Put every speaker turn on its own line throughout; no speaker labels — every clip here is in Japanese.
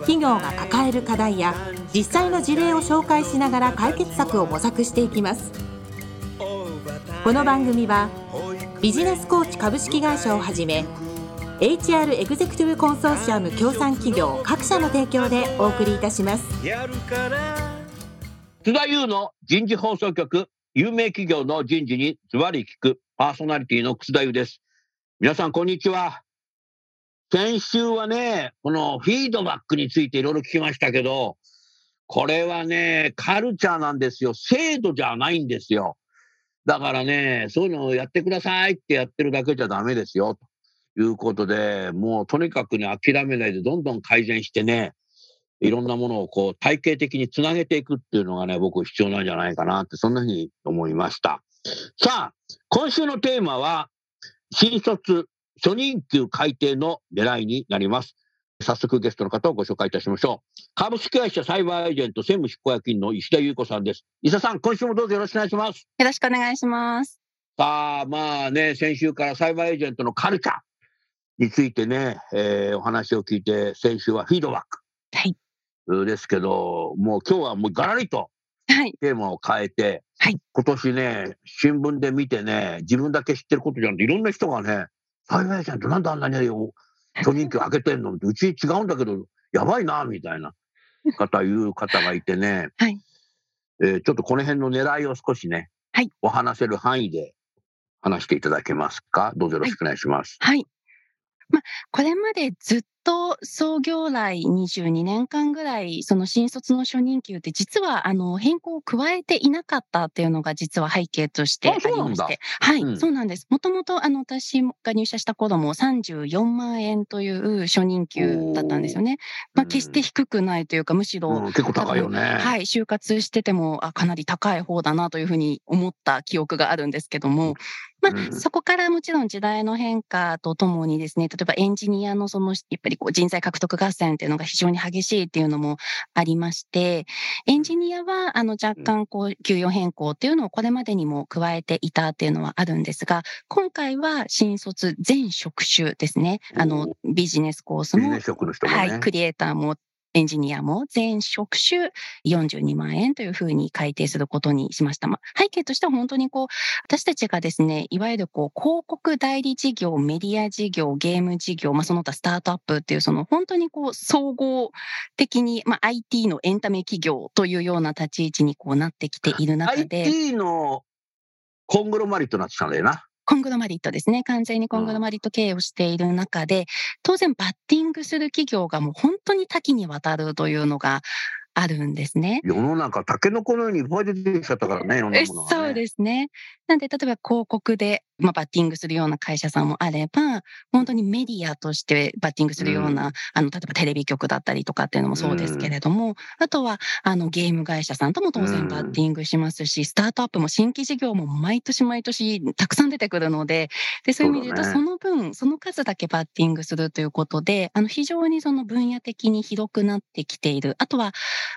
企業が抱える課題や実際の事例を紹介しながら解決策を模索していきますこの番組はビジネスコーチ株式会社をはじめ HR エグゼクティブコンソーシアム協賛企業各社の提供でお送りいたします
やるから
津田優の人事放送局、有名企業の人事にズバリ聞くパーソナリティの楠田優です。皆さん、こんにちは。先週はね、このフィードバックについていろいろ聞きましたけど、これはね、カルチャーなんですよ。制度じゃないんですよ。だからね、そういうのをやってくださいってやってるだけじゃダメですよ。ということで、もうとにかくね、諦めないでどんどん改善してね、いろんなものをこう体系的につなげていくっていうのがね、僕必要なんじゃないかなって、そんなふうに思いました。さあ、今週のテーマは、新卒初任給改定の狙いになります。早速ゲストの方をご紹介いたしましょう。株式会社サイバーエージェント専務執行役員の石田優子さんです。石田さん、今週もどうぞよろしくお願いします。
よろしくお願いします。
さあ、まあね、先週からサイバーエージェントのカルチャーについてね、えーお話を聞いて、先週はフィードバック。
はい
ですけど、もう今日はもうガラリと
はい。
テーマを変えて、
はい
今年ね、新聞で見てね、自分だけ知ってることじゃなくて、いろんな人がね、災害者ってなんであんなに初任給上げてんのって、うち違うんだけど、やばいな、みたいな方、いう方がいてね、
はい
えーちょっとこの辺の狙いを少しね、
はい
お話せる範囲で話していただけますか。どうぞよろしくお願いします。
はい。まあ、これまでずっと創業来22年間ぐらい、その新卒の初任給って実はあの変更を加えていなかったっていうのが実は背景としてあ
あそう
り
なん
ま
だ
して。はい、
うん
そうなんです。もともとあの私が入社した頃も34万円という初任給だったんですよね。
う
まあ、
ん
決して低くないというか、むしろ、
うん、結構高いよね。
はい、就活しててもあかなり高い方だなというふうに思った記憶があるんですけども、まあ
うん
そこからもちろん時代の変化とともにですね例えばエンジニアのそのやっぱりこう人材獲得合戦っていうのが非常に激しいっていうのもありましてエンジニアはあの若干こう給与変更っていうのをこれまでにも加えていたっていうのはあるんですが今回は新卒全職種ですねあのビジネスコース
ビジ
も
ネス職の人もね。
はい、クリエイターもエンジニアも全職種42万円というふうに改定することにしました。まあ、背景としては本当にこう、私たちがですね、いわゆるこう、広告代理事業、メディア事業、ゲーム事業、まあ、その他スタートアップっていう、その本当にこう、総合的に、まあ、IT のエンタメ企業というような立ち位置にこうなってきている中で、
IT のコングロマリットになってたんだよな。
コングロマリットですね。完全にコングロマリット経営をしている中で、当然バッティングする企業がもう本当に多岐にわたるというのがあるんですね。
世の中、タケノコのようにいっぱい出てきちゃったからね、いろんな
え
ものが、ね。
そうですね。なんで、例えば広告で、まあ、バッティングするような会社さんもあれば、本当にメディアとしてバッティングするような、
う
あの、例えばテレビ局だったりとかっていうのもそうですけれども、あとは、あの、ゲーム会社さんとも当
うん
然バッティングしますし、スタートアップも新規事業も毎年毎年たくさん出てくるので、で、そういう意味で言うと、
そうだ
そ
ね
の分、その数だけバッティングするということで、あの、非常にその分野的に広くなってきている。あとは、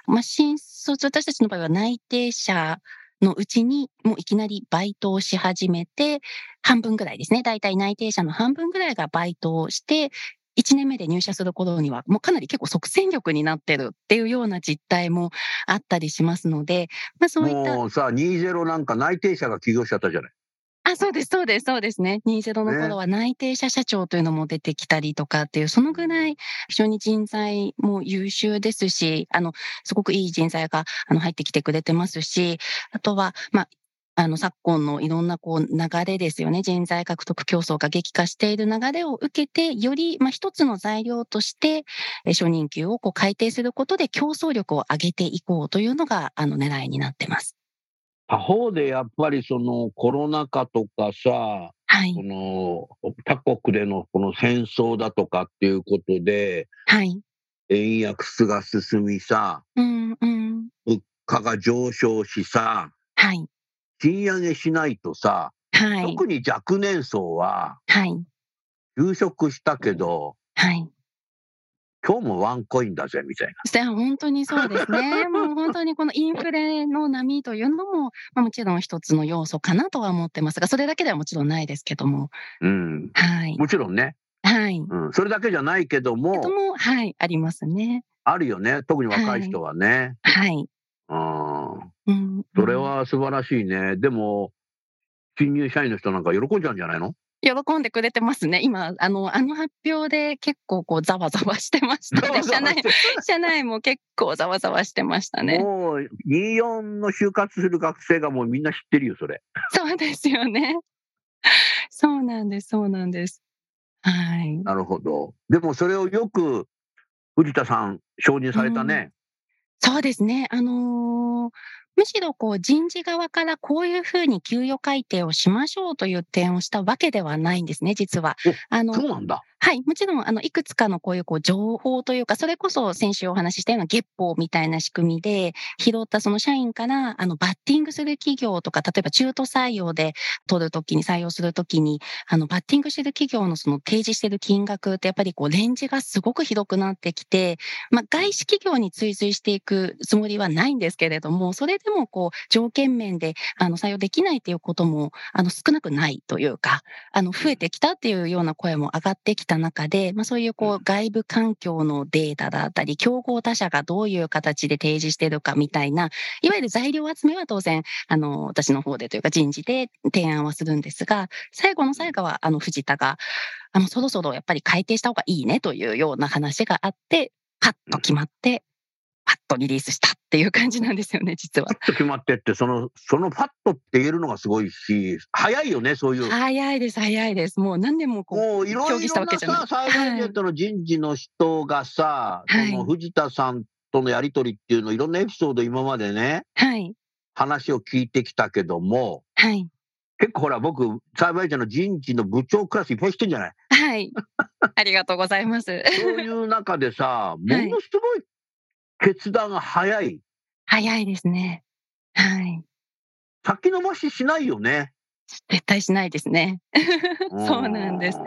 まあ、新卒、私たちの場合は内定者のうちに、もういきなりバイトをし始めて、半分ぐらいですね。だいたい内定者の半分ぐらいがバイトをして、1年目で入社する頃には、もうかなり結構即戦力になってるっていうような実態もあったりしますので、まあそういった、
もうさ、20なんか内定者が起業しちゃったじゃない。
あ、そうです、そうです、そうですね。20の頃は内定者社長というのも出てきたりとかっていう、そのぐらい非常に人材も優秀ですし、あの、すごくいい人材があの入ってきてくれてますし、あとは、まあ、あの、昨今のいろんなこう流れですよね。人材獲得競争が激化している流れを受けて、より、まあ、一つの材料として、えー初任給をこう改定することで競争力を上げていこうというのが、あの、狙いになってます。
他方でやっぱりそのコロナ禍とかさ、
はい
こ。の他国でのこの戦争だとかっていうことで、
はい。
円安が進みさ、
うん、うん。
価が上昇しさ、
はい。
賃上げしないとさ、
はい。
特に若年層は、
はい。
就職したけど、
はい。
今日もワンコインだぜ、みたいな。
そして本当にそうですね。 もう本当にこのインフレの波というのも、まあ、もちろん一つの要素かなとは思ってますが、それだけではもちろんないですけども。
うん。
はい。
もちろんね、
はい。
うん、それだけじゃないけど
と
も、
も、はい、ありますね。
あるよね。特に若い人はね。
はい。
うん。
うん。
それは素晴らしいね。でも、新入社員の人なんか喜んじゃうんじゃないの
喜んでくれてますね。今、あの、あの発表で結構こう、ざわざわしてましたね。社内、社内も結構ざわざわしてましたね。
もう、24の就活する学生がもうみんな知ってるよ、それ。
そうですよね。そうなんです、そうなんです。はい。
なるほど。でもそれをよく、藤田さん、承認されたね。
そうですね。あのーむしろこう人事側からこういうふうに給与改定をしましょうという提案をしたわけではないんですね、実は
お。
あの、
そうなんだ。
はい、もちろん、あの、いくつかのこういう、こう、情報というか、それこそ先週お話ししたような月報みたいな仕組みで、拾ったその社員から、あの、バッティングする企業とか、例えば中途採用で取るときに、採用するときに、あの、バッティングしてる企業のその提示してる金額って、やっぱりこう、レンジがすごくひどくなってきて、まあ、外資企業に追随していくつもりはないんですけれども、それでもこう、条件面で、あの、採用できないっていうことも、あの、少なくないというか、あの、増えてきたっていうような声も上がってきた中で、まあそういうこ
う
う外部環境のデータだったり、競合他社がどういう形で提示してるかみたいな、いわゆる材料集めは当然、あの、私の方でというか人事で提案はするんですが、最後の最後は、あの、藤田が、あの、そろそろやっぱり改定した方がいいねというような話があって、パッと決まって、パッとリリースしたっていう感じなんですよね、実は
パ。ッと決まってって、その、そのパッとって言えるのがすごいし、早いよね、そういう。
早いです、早いです。もう何年もこう、
もういろ
協
い
議した
ろ
わけ
な
じゃない
さ、災害エージェントの人事の人がさ、
はい
その藤田さんとのやりとりっていうの、いろんなエピソード今までね、
はい、
話を聞いてきたけども、
はい。
結構ほら、僕、災害エージェントの人事の部長クラスいっぱいしてんじゃない
はい。ありがとうござ います。
そういう中で さ、ものすごい決断が早い。
早いですね。はい。
先延ばししないよね。
絶対しないですね。 そうなんです
あ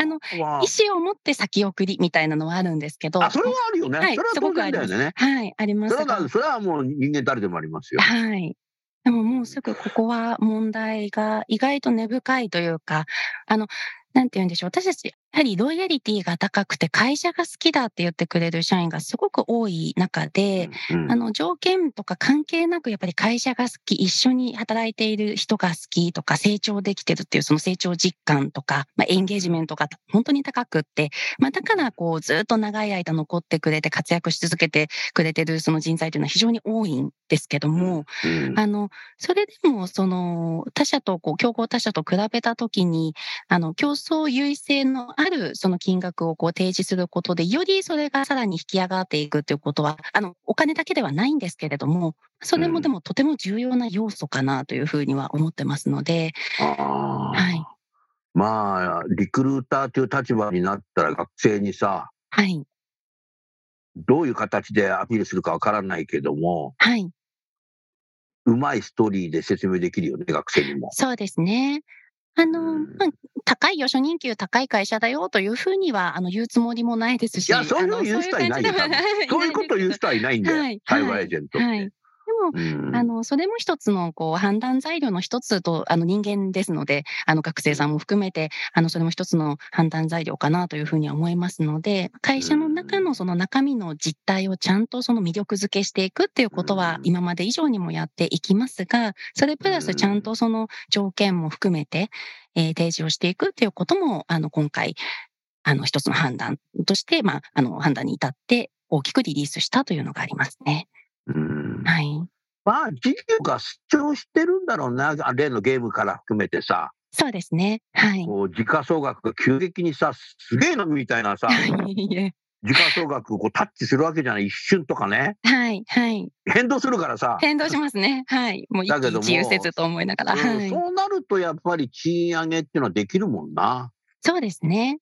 あの
は
意思を持って先送りみたいなのはあるんですけど。
あそれはあるよね。
はい
それは
す
当
ごくあ
然
り
だよ
ます。
ね。
はい、ありま
そ
す
れは
が。
それはもう人間誰でもありますよ。
はい。でももうすぐここは問題が意外と根深いというか、あの、なんて言うんでしょう。私たち、やはりロイヤリティが高くて会社が好きだって言ってくれる社員がすごく多い中で、
うん
あの、条件とか関係なく、やっぱり会社が好き、一緒に働いている人が好きとか、成長できてるっていう、その成長実感とか、まあ、エンゲージメントが本当に高くって、まあ、だから、こう、ずっと長い間残ってくれて、活躍し続けてくれてる、その人材というのは非常に多いんですけども、
うん
あの、それでも、その、他社と、こう、競合他社と比べたときに、あの、競争優位性のある、その金額をこう、提示することで、よりそれがさらに引き上がっていくということは、あの、お金だけではないんですけれども、それ
うん
もでもとても重要な要素かなというふうには思ってますので、
あー
はい。
まあリクルーターという立場になったら学生にさ
はい。
どういう形でアピールするかわからないけども
はい。
うまいストーリーで説明できるよね学生に も。
そうですね。あの、
うん
まあ、高いよ、初任給高い会社だよというふうには、あの、言うつもりもないですし、
いやそういうの
あの
言う人はいないよ
そうう感じではない
そういうことを言う人はいないんだよ、
はい
対話エージェントって。
はい。でも、
うん
あの、それも一つの、こう、判断材料の一つと、あの、人間ですので、あの、学生さんも含めて、あの、それも一つの判断材料かなというふうには思いますので、会社の中のその中身の実態をちゃんとその魅力づけしていくっていうことは
う、ん
今まで以上にもやっていきますが、それプラ
う
ス
ん
ちゃんとその条件も含めて、えー提示をしていくっていうことも、あの、今回、あの、一つの判断として、まあ、あの、判断に至って、大きくリリースしたというのがありますね。
うん
はい。
まあ事業が主張してるんだろうなあ例のゲームから含めてさ。
そうですね。はい。
こう時価総額が急激にさすげえなみたいなさ
いいえ
時価総額をこうタッチするわけじゃない一瞬とかね
はい、はい。
変動するからさ、
変動しますね。はい。もう一
だ
喜
けども
一憂せずと思いながら。
うん
はい。
そうなるとやっぱり賃上げっていうのはできるもんな。
そうですね。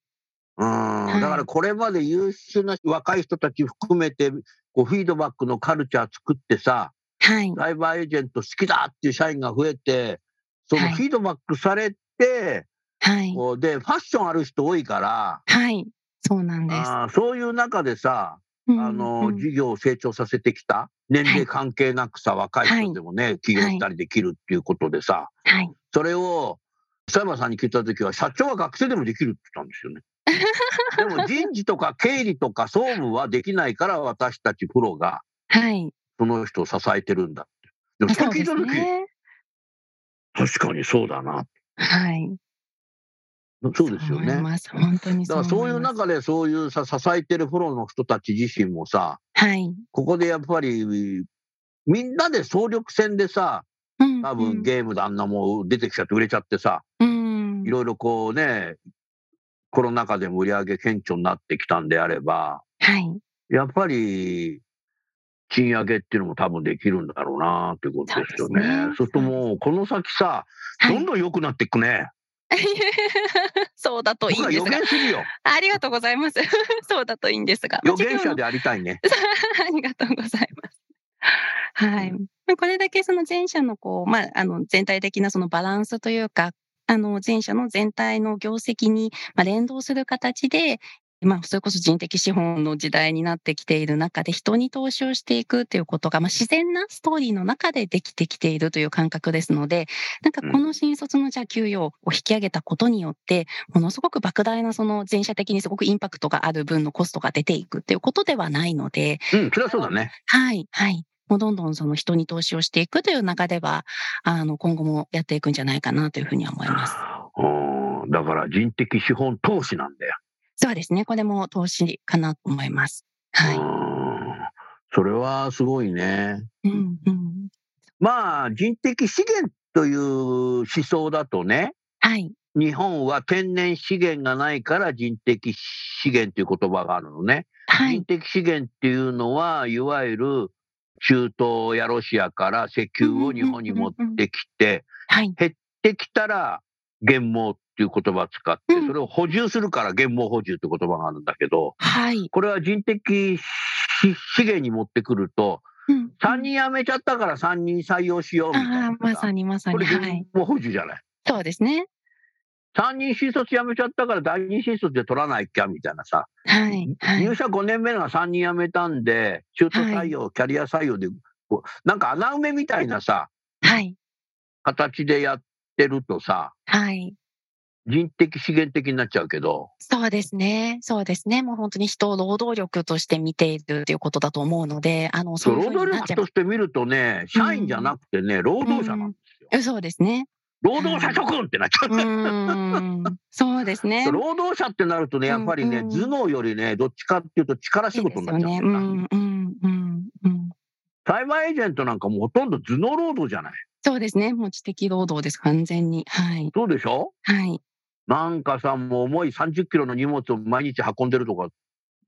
うん
い
だからこれまで優秀な若い人たち含めてこうフィードバックのカルチャー作ってさ
はい。
サイバーエージェント好きだっていう社員が増えて、その
はい
フィードバックされて、
はい。
こうで、ファッションある人多いから、
はい。そうなんです。
あーそういう中でさ、
うん
あ
う
の
ん
事業を成長させてきた、年齢関係なくさ、若い人でもね、起業したりできるっていうことでさ、
はい。
それを佐山さんに聞いたときは、社長は学生でもできるって言ったんです よね。でも人事とか経理とか総務はできないから、私たちプロが
はい。
その人を支えてるんだって。でも、それ聞いたとき、
ね。
確かにそうだな。
はい。
そうですよ
そう思い
ね。
ます。本当に
だ
そ
か
う
ら
思います。
そういう中で、そういうさ、支えてるプロの人たち自身もさ、
はい。
ここでやっぱり、みんなで総力戦でさ、
うん
多分ゲームであんなもう出てきちゃって売れちゃってさ、
うん。
いろいろこうね、コロナ禍でも売り上げ顕著になってきたんであれば、
はい。
やっぱり賃上げっていうのも多分できるんだろうなっていうことですよね。
そ
そ
う
う
です
る
ね
ともうこの先さ、
は
どん
い。
どん良くなっていくね。
そうだといい
僕
ん
は
です
予
が。
言するよ。
ありがとうございます。 そうだといいんですが。
予言者
で。
でありたいね。
ありがとうございます。はい。これだけその前者のこう、まあ、あの全体的なそのバランスというか、あの前者の全体の業績にまあ連動する形で、まあ、それこそ人的資本の時代になってきている中で人に投資をしていくということが、まあ、自然なストーリーの中でできてきているという感覚ですので、なんかこの新卒のじゃあ給与を引き上げたことによって、ものすごく莫大なその前者的にすごくインパクトがある分のコストが出ていくということではないので、
うん、それはそうだね。
はい、はい。もうどんどんその人に投資をしていくという中では、あの、今後もやっていくんじゃないかなというふうには思います。
うん、だから人的資本投資なんだよ。
そうですね。これも投資かなと思います。はい。
うん、それはすごいね。
うん、うん。
まあ人的資源という思想だとね、
はい。
日本は天然資源がないから人的資源という言葉があるのね。
は
人
い。
的資源っていうのは、いわゆる中東やロシアから石油を日本に持ってきて、
はい。
できたら減毛っていう言葉を使って
う、ん
それを補充するから減毛補充って言葉があるんだけど、
はい。
これは人的資資源に持ってくると、
うん
3人辞めちゃったから3人採用しようみたいな
あ
さ
あ、。まさにまさ
こ
に。
れ
はい
減。毛補充じゃない。
そうですね。
3人新卒辞めちゃったから第二新卒で取らないっきゃみたいなさ、
はい。は
入
い。
社5年目が3人辞めたんで、中途採用、キャリア採用で、こうなんか穴埋めみたいなさ、
はい。
形でやってるとさ、
はい。
人的資源的になっちゃうけど、
そうですね。そうですね。もう本当に人を労働力として見ているということだと思うので、あの、
そ
そうういう
労
ふう
働
になっち
力
ゃいま
として見るとね、社員じゃなくてね、労働者なんですよ。
す。そうですね。
労働者諸君ってなっちゃう。
うーん。 そうですね。
労働者ってなるとね、やっぱりね、
うんうん
頭脳よりね、どっちかっていうと力仕事になっちゃ
いいです
う
よ
ん
ね。
だ
う
よな。
んうんうんうん。
サイバーエージェントなんかもうほとんど頭脳労働じゃない。
そうですね。もう知的労働です。完全に。はい。
そうでしょ
はい。
なんかさ、もう重い30キロの荷物を毎日運んでるとか、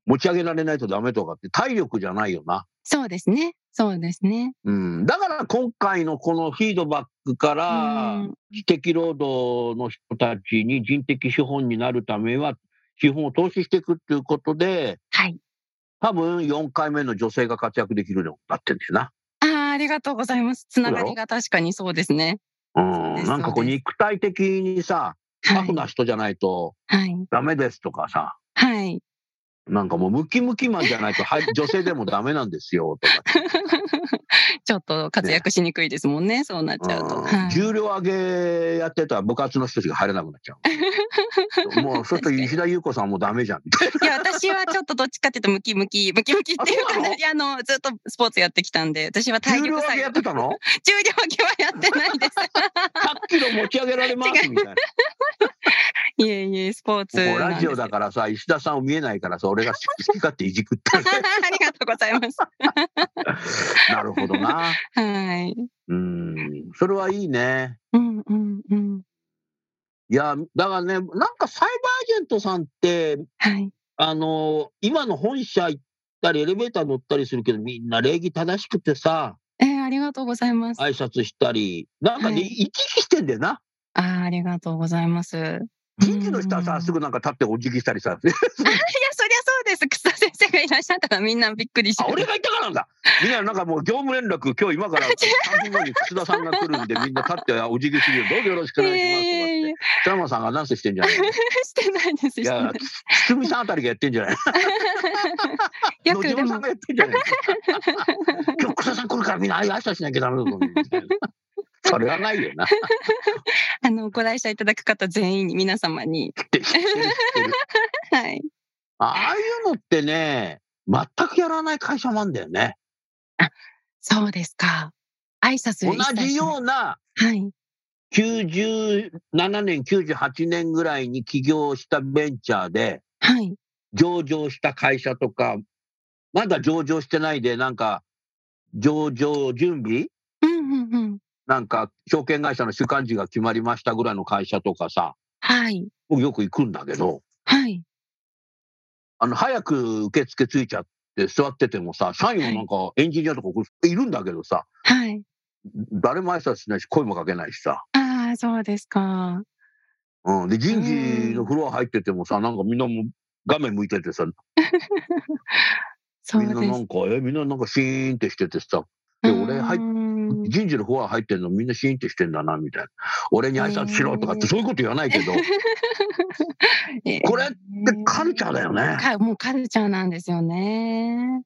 持ち上げられないとダメとかって体力じゃないよな。
そうですね。そうですね。
うん。だから今回のこのフィードバックか
う
ら、
ん
知的労働の人たちに人的資本になるためは、資本を投資していくっていうことで、
はい。
多分4回目の女性が活躍できるようになってんですな。
ああ、ありがとうございます。つながりが確かにそうですね。そう
う
で
ん。
す
なんかこ
そう
う
です
肉体的にさ、タ
は
フ
い。
な人じゃないと
はい。
ダメですとかさ、
はい。
なんかもうムキムキマンじゃないと、はい、女性でもダメなんですよとか。
ちょっと活躍しにくいですもんね。そうなっちゃうと。
うん
はい
重量上げやってたら部活の人たちが入れなくなっちゃう。もうそうすると石田優子さんもうダメじゃんみたい
いや、私はちょっとどっちかっていうとムキムキ、ムキムキっていう
あそ
か
うなの
ね、あの、ずっとスポーツやってきたんで、私は
な。
体
重量
力
上
作
げ
用
やっ。てたの
重量上げはやってないです。
?100 キロ持ち上げられますみたいな。
いえいえ、スポーツ
もう
な
ラ
んです
ジ
け
オ
ど。
だからさ、石田さんを見えないからさ、俺が好き勝手いじくっ
あ
て。
りがとうございます。
なるほどな。
はい。
うん。それはいいね。
うんうんうん。
いや、だからね、なんかサイバーエージェントさんって、
はい。
あの今の本社行ったり、エレベーター乗ったりするけど、みんな礼儀正しくてさ、
えーありがとうございます。あ
挨拶したり、なんかね、
はい
生き生きしてんだよな。
ーありがとうございます。
人事の人はさ、すぐなんか立ってお辞儀したりさ、
いや、そりゃそうです。草先生がいらっしゃったらみんなびっくりし
あ、
て。
俺が言ったからなんだ。みんななんかもう業務連絡、今日今から3分後に楠田さんが来るんで、みんな立ってお辞儀するよ。どうぞよろしくお
い
願い
やいや
し
いや
ますとかっ
い
て。北山さんがアナウンスしてんじゃないの
や してないです。
い
してな
や
い、
堤さんあたりがやってんじゃない
よ
野
く
島
で
さん
も
がやってんじゃない 今日草さん来るからみんなああいう挨拶しなきゃダメだぞ。それはないよな。
あのご来社いただく方全員に皆様に、
って知ってる知ってる。
はい、
ああいうのってね、全くやらない会社もあんだよね。
そうですか。挨拶
同
一
じ
切しない
ような
はい
97年、98年ぐらいに起業したベンチャーで、
はい
上場した会社とか、まだ上場してないで、なんか、上場準備
うんうんうん
なんか、証券会社の主幹事が決まりましたぐらいの会社とかさ、
はい
僕よく行くんだけど、
はい
あの、早く受付ついちゃって座っててもさ、社員もなんかエンジニアとかいるんだけどさ、
はい。
誰も挨拶しないし、声もかけないしさ、
ああそうですか。
うん。で、人事のフロア入っててもさ、なんかみんなもう画面向いててさ、
そ
みん
う
な
で
な
す。
んか、え、みんななんかシーンってしててさ、で、俺入っ
入
人事のフォア入ってんのみんなシーンってしてんだなみたいな俺に挨拶しろとかって
へー
そういうこと言わないけ どで
て
これってカルチャーだよね
かもうカルチャーなんですよね。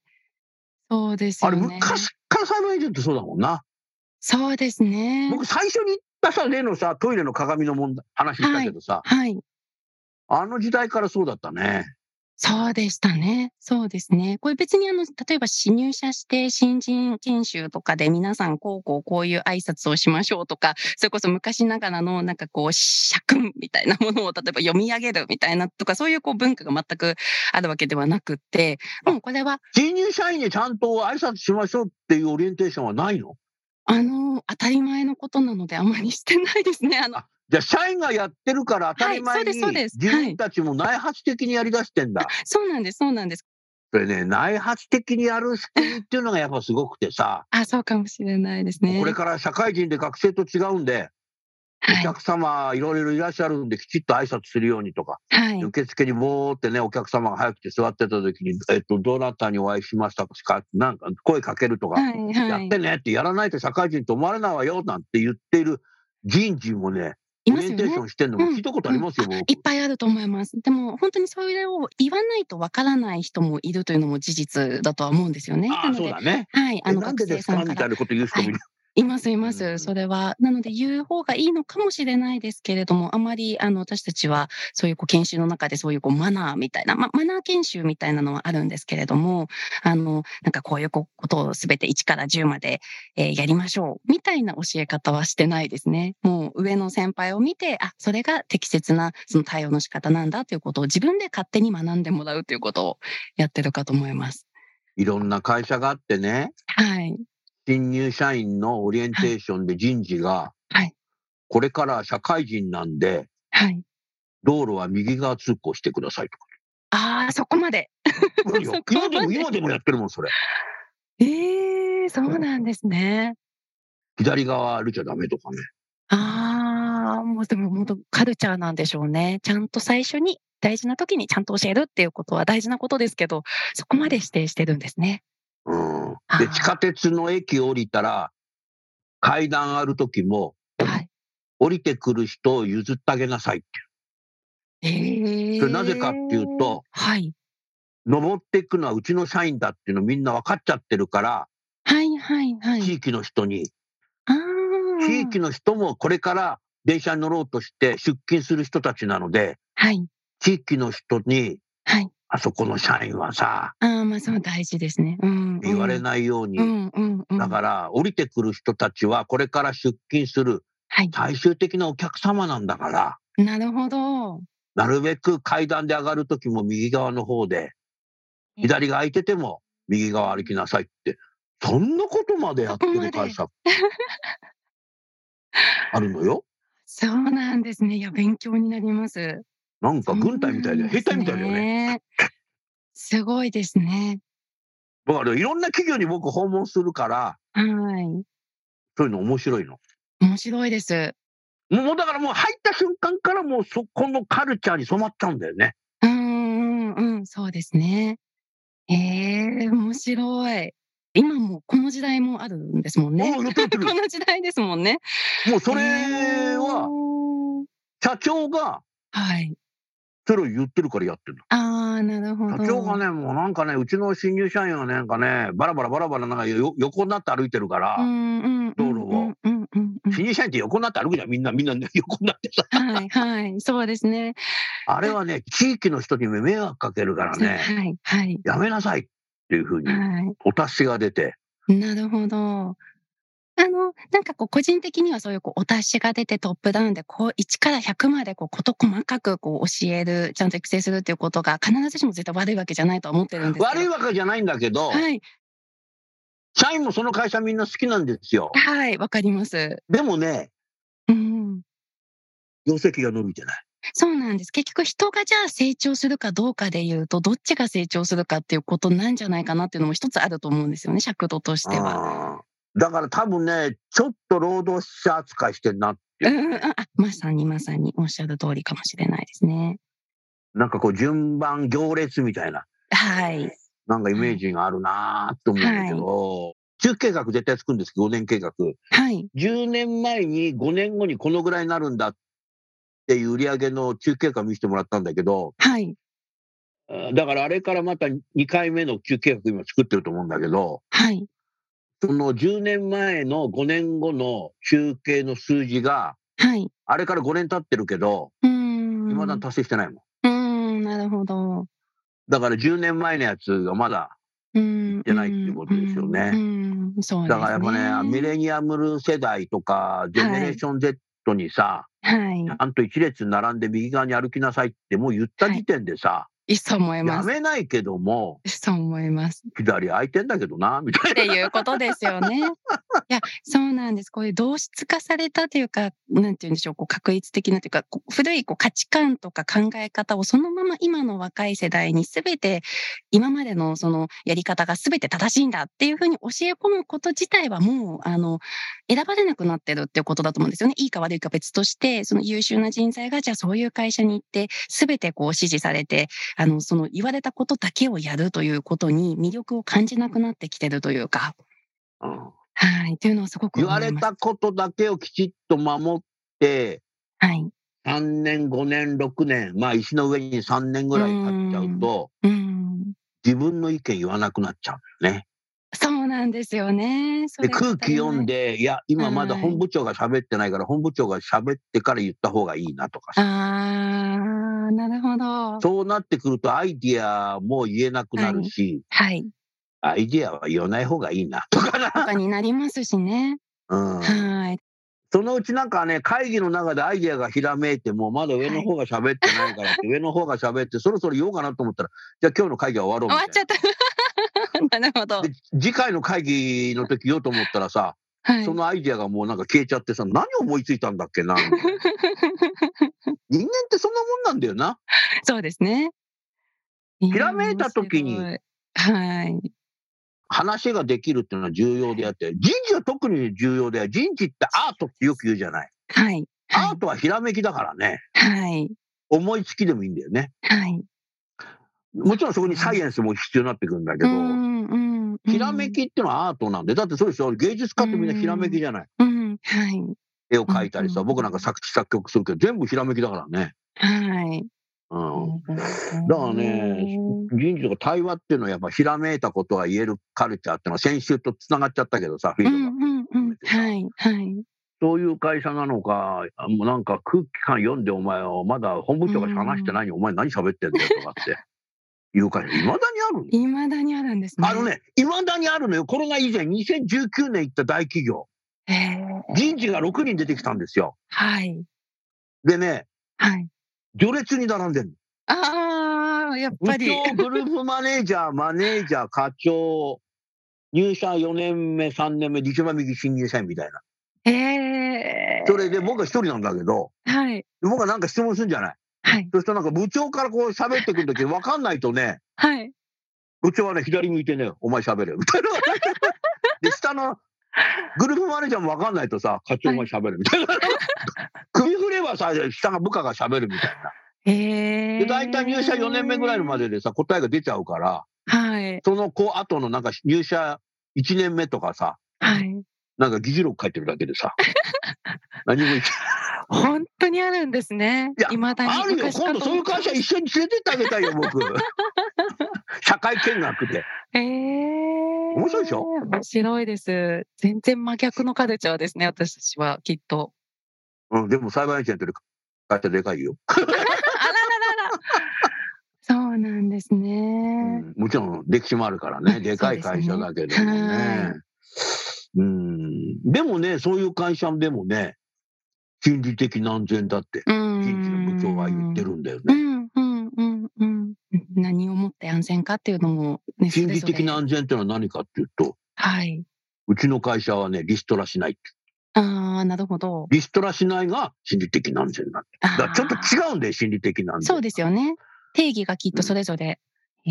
そうです
あ
よ
れ
ね。
昔からサイドエージェントそうだもんな
そうですね。
僕最初に言ったさ例のさトイレの鏡の問題話したけどさ、
はい。
あの時代からそうだったね
そうでしたね。そうですね。これ別にあの、例えば新入社して新人研修とかで皆さんこうこうこういう挨拶をしましょうとか、それこそ昔ながらのなんかこう、社訓みたいなものを例えば読み上げるみたいなとか、そういうこう文化が全くあるわけではなくって、もうこれは
新入社員にちゃんと挨拶しましょうっていうオリエンテーションはないの
あの、当たり前のことなのであんまりしてないですね。あの、
あじゃあ社員がやってるから当たり前に
はいそうです
自
そうですはい
分たちも内発的にやりだしてんだ、
そうなんです、そうなんです。
それね内発的にやる仕組みっていうのがやっぱすごくてさ、
あ、そうかもしれないですね。
これから社会人で学生と違うんでお
はい。
客様いろいろいらっしゃるんできちっと挨拶するようにとか、
はい。
受付にぼーってねお客様が早くて座ってた時に「えっとどなたにお会いしましたか?」なんか声かけるとか、
はい。
や
は
っ
い
て。ねってやらないと社会人と思われないわよなんて言っている人事もね
い
オ
ます
リエ
よ
ンテーシ
ね
ョ。ンしてんのも聞いたことありますよ、
いっ
僕。
ぱいあると思います。でも本当にそれを言わないとわからない人もいるというのも事実だとは思うんですよね。
あ
な
あ
の
そう
で、
だね。
はい、あ
え
の
なんで
学
で
生
す
さ
か
んか
みた
ら
いなこと言う人もいる。
いますいま
うん
す。それはなので言う方がいいのかもしれないですけれども、あまりあの私たちはそういうこう研修の中でそういうこうマナーみたいな、ま、マナー研修みたいなのはあるんですけれども、あのなんかこういうこことをすべて1から10まで、えーやりましょうみたいな教え方はしてないですね。もう上の先輩を見て、あそれが適切なその対応の仕方なんだということを自分で勝手に学んでもらうということをやってるかと思います。
いろんな会社があってね
はい
新入社員のオリエンテーションで人事が、
はい
これから社会人なんで
はい。
道路は右側通行してくださいとか
ああそこまで。
いや
そこ
今で
まで
も今でもやってるもんそれ
ええそうなんですね。
左側歩いちゃダメとかね
ああ、もうでも本当カルチャーなんでしょうね。ちゃんと最初に大事な時にちゃんと教えるっていうことは大事なことですけど、そこまで指定してるんですね。
うん
あ
で
ー
地下鉄の駅降りたら階段ある時も
はい。
降りてくる人を譲ってあげなさいって
ええ
それなぜかっていうと、
はい。
登っていくのはうちの社員だっていうのみんな分かっちゃってるから
はいはいは
地
い。
域の人に
ああ。
地域の人もこれから電車に乗ろうとして出勤する人たちなので
はい。
地域の人に
はい。
あそこの社員はさ
ああ、まあそう大事ですね。うん、うん。
言われないように、
うんうんうん。。
だからら降りてくる人たちはこれから出勤する
はい。
最終的なお客様なんだから
なるほど。
なるべく階段で上がる時も右側の方で
え
左が空いてても右側歩きなさいってそんなことまでやって
そこま
る
で
会社 あるのよ
そうなんですね。いや、勉強になります。
なんか軍隊みたいで兵隊みたいだよね
ね。すごいですね。
だからいろんな企業に僕訪問するから
はい。
そういうの面白いの
面白いです。
もうだからもう入った瞬間からもうそこのカルチャーに染まっちゃうんだよね
うんうんうん、ん、そうですね。ええ面白い。今もこの時代もあるんですもんね。
お
こ
うやってるやってる
の時代ですもんね。
もうそれ
う
は
ーん
社長が
はい。
それを言ってるからやってる
ああ、なるほ
の
ど。
社長がねもうなんかねうちの新入社員はねなんかねバラバラバラバラなんかよ横になって歩いてるから、
うんうんうんうん、
道路を
うんうんうん
新入社員って横になって歩くじゃんみんなみんな、ね、 横になってさ
はいはい、そうですね。
あれはね地域の人に迷惑かけるからね
はいはい
やめなさいっていうふうに
は
お達しが出て
い。なるほど。あの、なんかこう、個人的にはそういうこうお達しが出てトップダウンで、こう、1から100までこう、こと細かくこう、教える、ちゃんと育成するっていうことが、必ずしも絶対悪いわけじゃないとは思ってるんですけど。
悪いわけじゃないんだけど、
はい。
社員もその会社みんな好きなんですよ。
はい、わかります。
でもね、
うん。
業績が伸びてない。
そうなんです。結局人がじゃあ成長するかどうかで言うと、どっちが成長するかっていうことなんじゃないかなっていうのも一つあると思うんですよね、尺度としては。
あーだから多分ね、ちょっと労働者扱いしてんなって
う
いうん
うんあまさにまさにおっしゃる通りかもしれないですね。
なんかこう順番行列みたいな、
はい。
なんかイメージがあるなーって思うんだけど、中期計画絶対つくんですけど、5年計画。
はい。
10年前に5年後にこのぐらいになるんだっていう売り上げの中期計画見せてもらったんだけど、
はい。
あーだからあれからまた2回目の中期計画今作ってると思うんだけど、
はい。
その10年前の5年後の集計の数字が、
はい。
あれから5年経ってるけど、
うーん。
未だ達成してないもん。
うーん、なるほど。
だから10年前のやつがまだ、
うーん。
いってないっていうことですよね
うーん。うんそうですね。
だからやっぱね、ミレニアム世代とか、ジェネレーション Z にさ、
はい
ち。ゃんと一列並んで右側に歩きなさいってもう言った時点でさ、
いっそう思い
や
ます。
めないけども、
そう思います。
左空いてんだけどな、みたい
っ
な。
ていうことですよね。いや、そうなんです。こういう同質化されたというか、なんて言うんでしょう、こう、確一的なというか、こう古いこう価値観とか考え方をそのまま今の若い世代に全て、今までのそのやり方が全て正しいんだっていうふうに教え込むこと自体はもう、あの、選ばれなくなってるっていうことだと思うんですよね。いいか悪いか別として、その優秀な人材が、じゃあそういう会社に行って、全てこう支持されて、あの、その言われたことだけをやるということに魅力を感じなくなってきてるというか、
うん
はい、というのはすごく
言
思いま
わ
す。
れたことだけをきちっと守って、
はい。
3年、5年、6年、まあ石の上に3年ぐらい経っちゃうと、
うん。
自分の意見言わなくなっちゃうんだよね。
そうなんですよね。そ
で
れが
空気読ん
足
で、いや、今まだ
はい
本部長が喋ってないから、本部長が喋ってから言った方がいいなとか
り
さ、
ない。あー、なるほど。
そうなってくるとアイディアも言えなくなるし、
はい。
アイディアは言わない方がいいなとか
と
な。
かになりますしね。
うん、
はい。
そのうちなんかね、会議の中でアイディアがひらめいても、まだ上の方が喋ってないから って、上の方が喋って、そろそろ言おうかなと思ったら、じゃあ今日の会議は終わろう
終
み
わ
たい
っ
な
ちゃった。 なるほど。
で次回の会議の時言おうと思ったらさ、
はい
そ。のアイディアがもうなんか消えちゃってさ、何思いついたんだっけな。み たいな人間ってそんなもんなんだよな。
そうですね。ひ
ひらめいた時に。
はい。
話ができるっていうのは重要であって、人事は特に重要で、人事ってアートってよく言うじゃない。
はい。
ア
は
ートはひらめきだからね、
い。
思いつきでもいいんだよね。
はい。
もちろんそこにサイエンスも必要になってくるんだけど、
うんうんうん
ひらめきってのはアートなんで、だってそうでしょ、芸術家ってみんなひらめきじゃない。
うん、はい。
絵を描いたり
う
さ、
ん
僕なんか作詞作曲するけど、全部ひらめきだからね。
はい。
うん。
だ
だからね、人事とか対話っていうのはやっぱひらめいたことが言えるカルチャーっていうのは先週とつながっちゃったけどさ、フィ
う
ー
ん
ドバック
うんうん。はい、はい。
そういう会社なのか、あもうなんか空気感読んでお前はまだ本部長が話してないのにお前何喋ってんだよとか っていう会社、いまだにあるのよ
いまだにあるんですね。
あの。ね、いまだにあるのよ。コロナ以前2019年行った大企業、
え
人事が6人出てきたんですよ。
はい、
でね、
はい。
序列に並んでる
ああ、やっ
部
ぱり。
長、グループマネージャー、マネージャー、課長、入社4年目、3年目、一番右新入社員みたいな。
ええ。
それで僕は一人なんだけど、
はい、
僕はなんか質問するんじゃない
はい、
そうするとなんか部長からこう喋ってくるとき、わかんないとね、
はい。
部長はね、左向いてね、お前喋れよみたいな。で、下のグループマネージャーもわかんないとさ、課長お前喋れみたいな。首振ればさ、下が部下が喋るみたいな。
え
で、大体入社4年目ぐらいまででさ、答えが出ちゃうから、
はい。
その子後のなんか入社1年目とかさ、
はい。
なんか議事録書いてるだけでさ、何も言って
本当にあるんですね
いや。
いまだに。
あるよ、
昔か
今
と
度そういう会社一緒に連れてってあげたいよ、 僕。社会見学で。
ええ
面白いでしょ
面白いです。全然真逆のカルチャーですね、私たちは、きっと。
うん、でも裁判員やってる会社でかいよ。
あらら らら。そうなんです
う
ね。
んもちろん歴史もあるからね、でかい会社だけども
そうですねは
ね
い。
うん、でもね、そういう会社でもね、心理的安全だって、
うん。
人事の部長は言ってるんだよ
う
ね。
んうんうんうん。何をもって安全かっていうのも、ね、
心理
それ
的
ぞれ
な安全ってのは何かっていうと、
はい。
うちの会社はね、リストラしないって。
ああ、なるほど。
リストラしないが心理的な安全なんだ。
あ
だ
ー
からちょっと違うんだよ、心理的な安全。
そうですよね。定義がきっとそれぞれ。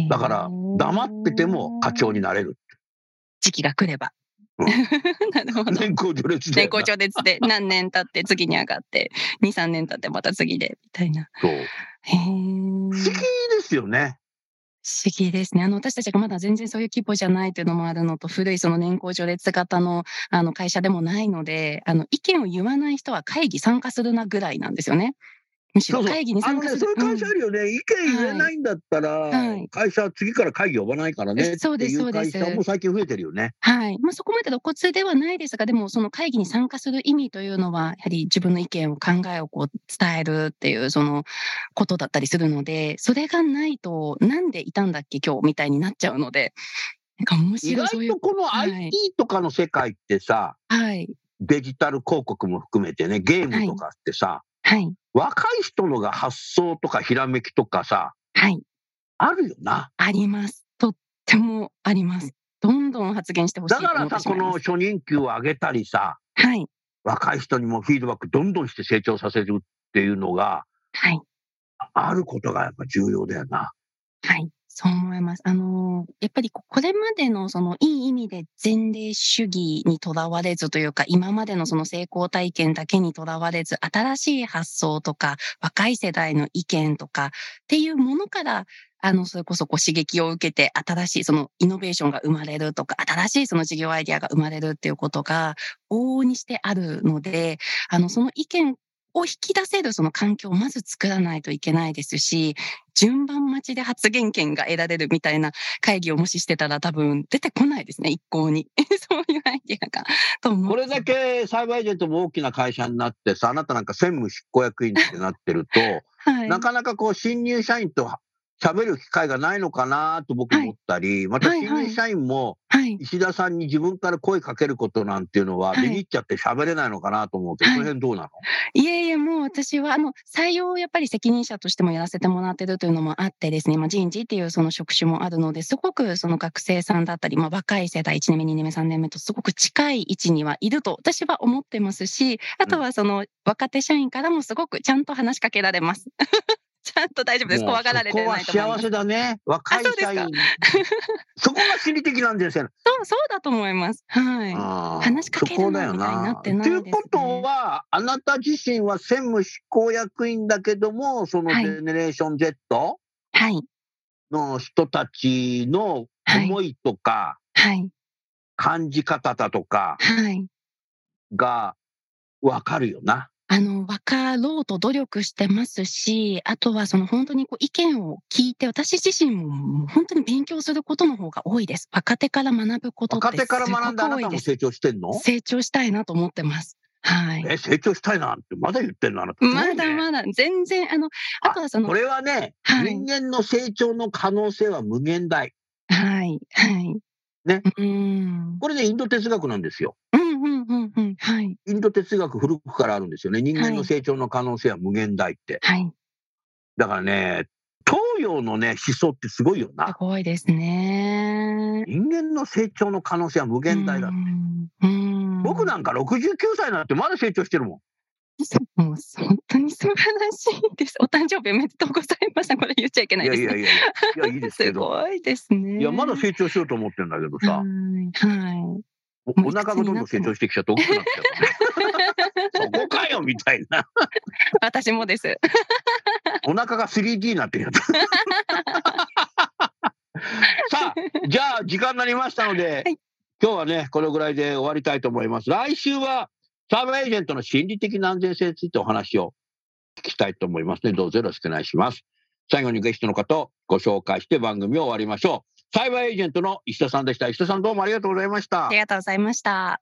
だから、黙ってても課長
に。
になれる。
時期が来れば。
うん
なるほど。
年功序列で。
年功序列で何年経って次に上がって、2、3年経ってまた次で、みたいな。
そう。
へー
不思議ですよね。
不思議ですね。あの、私たちがまだ全然そういう規模じゃないというのもあるのと、古いその年功序列型の、あの、会社でもないので、あの、意見を言わない人は会議参加するなぐらいなんですよね。むし
そう
ろ
そう
会議に
あ
参
の
加
ね、
す
そうい
る
う。会社あるよね。意見言えないんだったら
はい、
会社は次から会議呼ばないからね。って
そうで
い
す
う会
そう
社
です
も最近増えてるよね。
はい。まあ、そこまで露骨ではないですが、でも、その会議に参加する意味というのは、やはり自分の意見を考えをこう伝えるっていう、そのことだったりするので、それがないと、なんでいたんだっけ、今日みたいになっちゃうので、なんか面
意
白い、そう
外
いう
と。この
はい
IT とかの世界ってさ、
はい。
デジタル広告も含めてね、ゲームとかってさ、
はい。
若い人のが発想とかひらめきとかさ、
はい。
あるよな。
あります。とってもあります。どんどん発言してほしい
だ
と
か
思っ
らさ、
てしま
こ
いま
の
す。
初任給を上げたりさ、
はい。
若い人にもフィードバックどんどんして成長させるっていうのが、
はい。
あることがやっぱ重要だよな。
はい。そう思います。あのー、やっぱりここれまでのそのいい意味で前例主義にとらわれずというか、今までのその成功体験だけにとらわれず、新しい発想とか、若い世代の意見とかっていうものから、あの、それこそこう刺激を受けて、新しいそのイノベーションが生まれるとか、新しいその事業アイデアが生まれるっていうことが、往々にしてあるので、あの、その意見を引き出せるその環境をまず作らないといけないですし、順番待ちで発言権が得られるみたいな会議をもししてたら多分出てこないですね、一向に。 そういうアイディアが。と思う
これだけサイバーエージェントも大きな会社になってさ、あなたなんか専務執行役員ってなってると、
はい、
なかなかこう新入社員と喋る機会がないのかなと僕思ったり、また
はい
新
はい
入社員も
はい。
石田さんに自分から声かけることなんていうのは
はい
ビビっちゃって喋れないのかなと思うけど、
はい
その辺どうなの、
いえいえ、もう私は、あの、採用をやっぱり責任者としてもやらせてもらってるというのもあってですね、まあ、人事っていうその職種もあるので、すごくその学生さんだったり、まあ、若い世代、1年目、2年目、3年目とすごく近い位置にはいると私は思ってますし、あとはその若手社員からもすごくちゃんと話しかけられます。 ちゃんと大丈夫です。
もう
怖がられてない
そ
と
こ
思い
は
ま
幸
す。
せだね。若い社員
あ。
そこが心理的なんですよ。
そう、そうだと思います。はい。
あー
話しかけるのみたいになってないですね
ということは、あなた自身は専務執行役員だけども、その
はい
ジェネレーション Z
はい。
の人たちの思いとか、
はい。
感じ方だとか
はい。
が分かるよな。
あの、分かろうと努力してますし、あとはその本当にこう意見を聞いて、私自身ももう本当に勉強することの方が多いです。若手から学ぶことって
若
すご
手
く
から学んだあな
多
た
い
も
です。
成長してんの
成長したいなと思ってます。はい。
え、成長したいなってまだ言ってんのあなた。
まだ
だ。
まだ、全然、あの、あとはそ
こ
の、
れはね、
はい
人間の成長の可能性は無限大。
はい、はい。
ね
うーん。
これね、インド哲学なんですよ。
うん、うん、うん、うん。はい、
インド哲学古くからあるんですよね。人間
は
の
い
成長の可能性は無限大って。
はい。
だからね、東洋のね、思想ってすごいよ
す
な。
ごいですね。
人間の成長の可能性は無限大だ。
うんうん
僕なんか69歳になってまだ成長してるもん。
もう本当に素晴らしいです。お誕生日おめでとうございました。これ言っちゃいけない
いや
です
いや
ね。
いやいや、いやいいですけ
す
ど。
ごいですね。
いや、まだ成長しようと思ってるんだけどさ、
はい。はい。
おお腹がどんどん成長してきちゃって大きくなっちゃう、ね。そこかよ、みたいな。
私もです。
お腹が 3D になってるや つ。さあ、じゃあ時間になりましたので、
はい
今日はね、このぐらいで終わりたいと思います。来週は、サーバーエージェントの心理的な安全性についてお話を聞きたいと思いますね。どうぞよろしくお願いします。最後にゲストの方をご紹介して番組を終わりましょう。サイバーエージェントの石田さんでした。石田さんどうもありがとうございました
あり。がとうございました。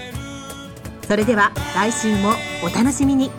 それでは来週もお楽しみに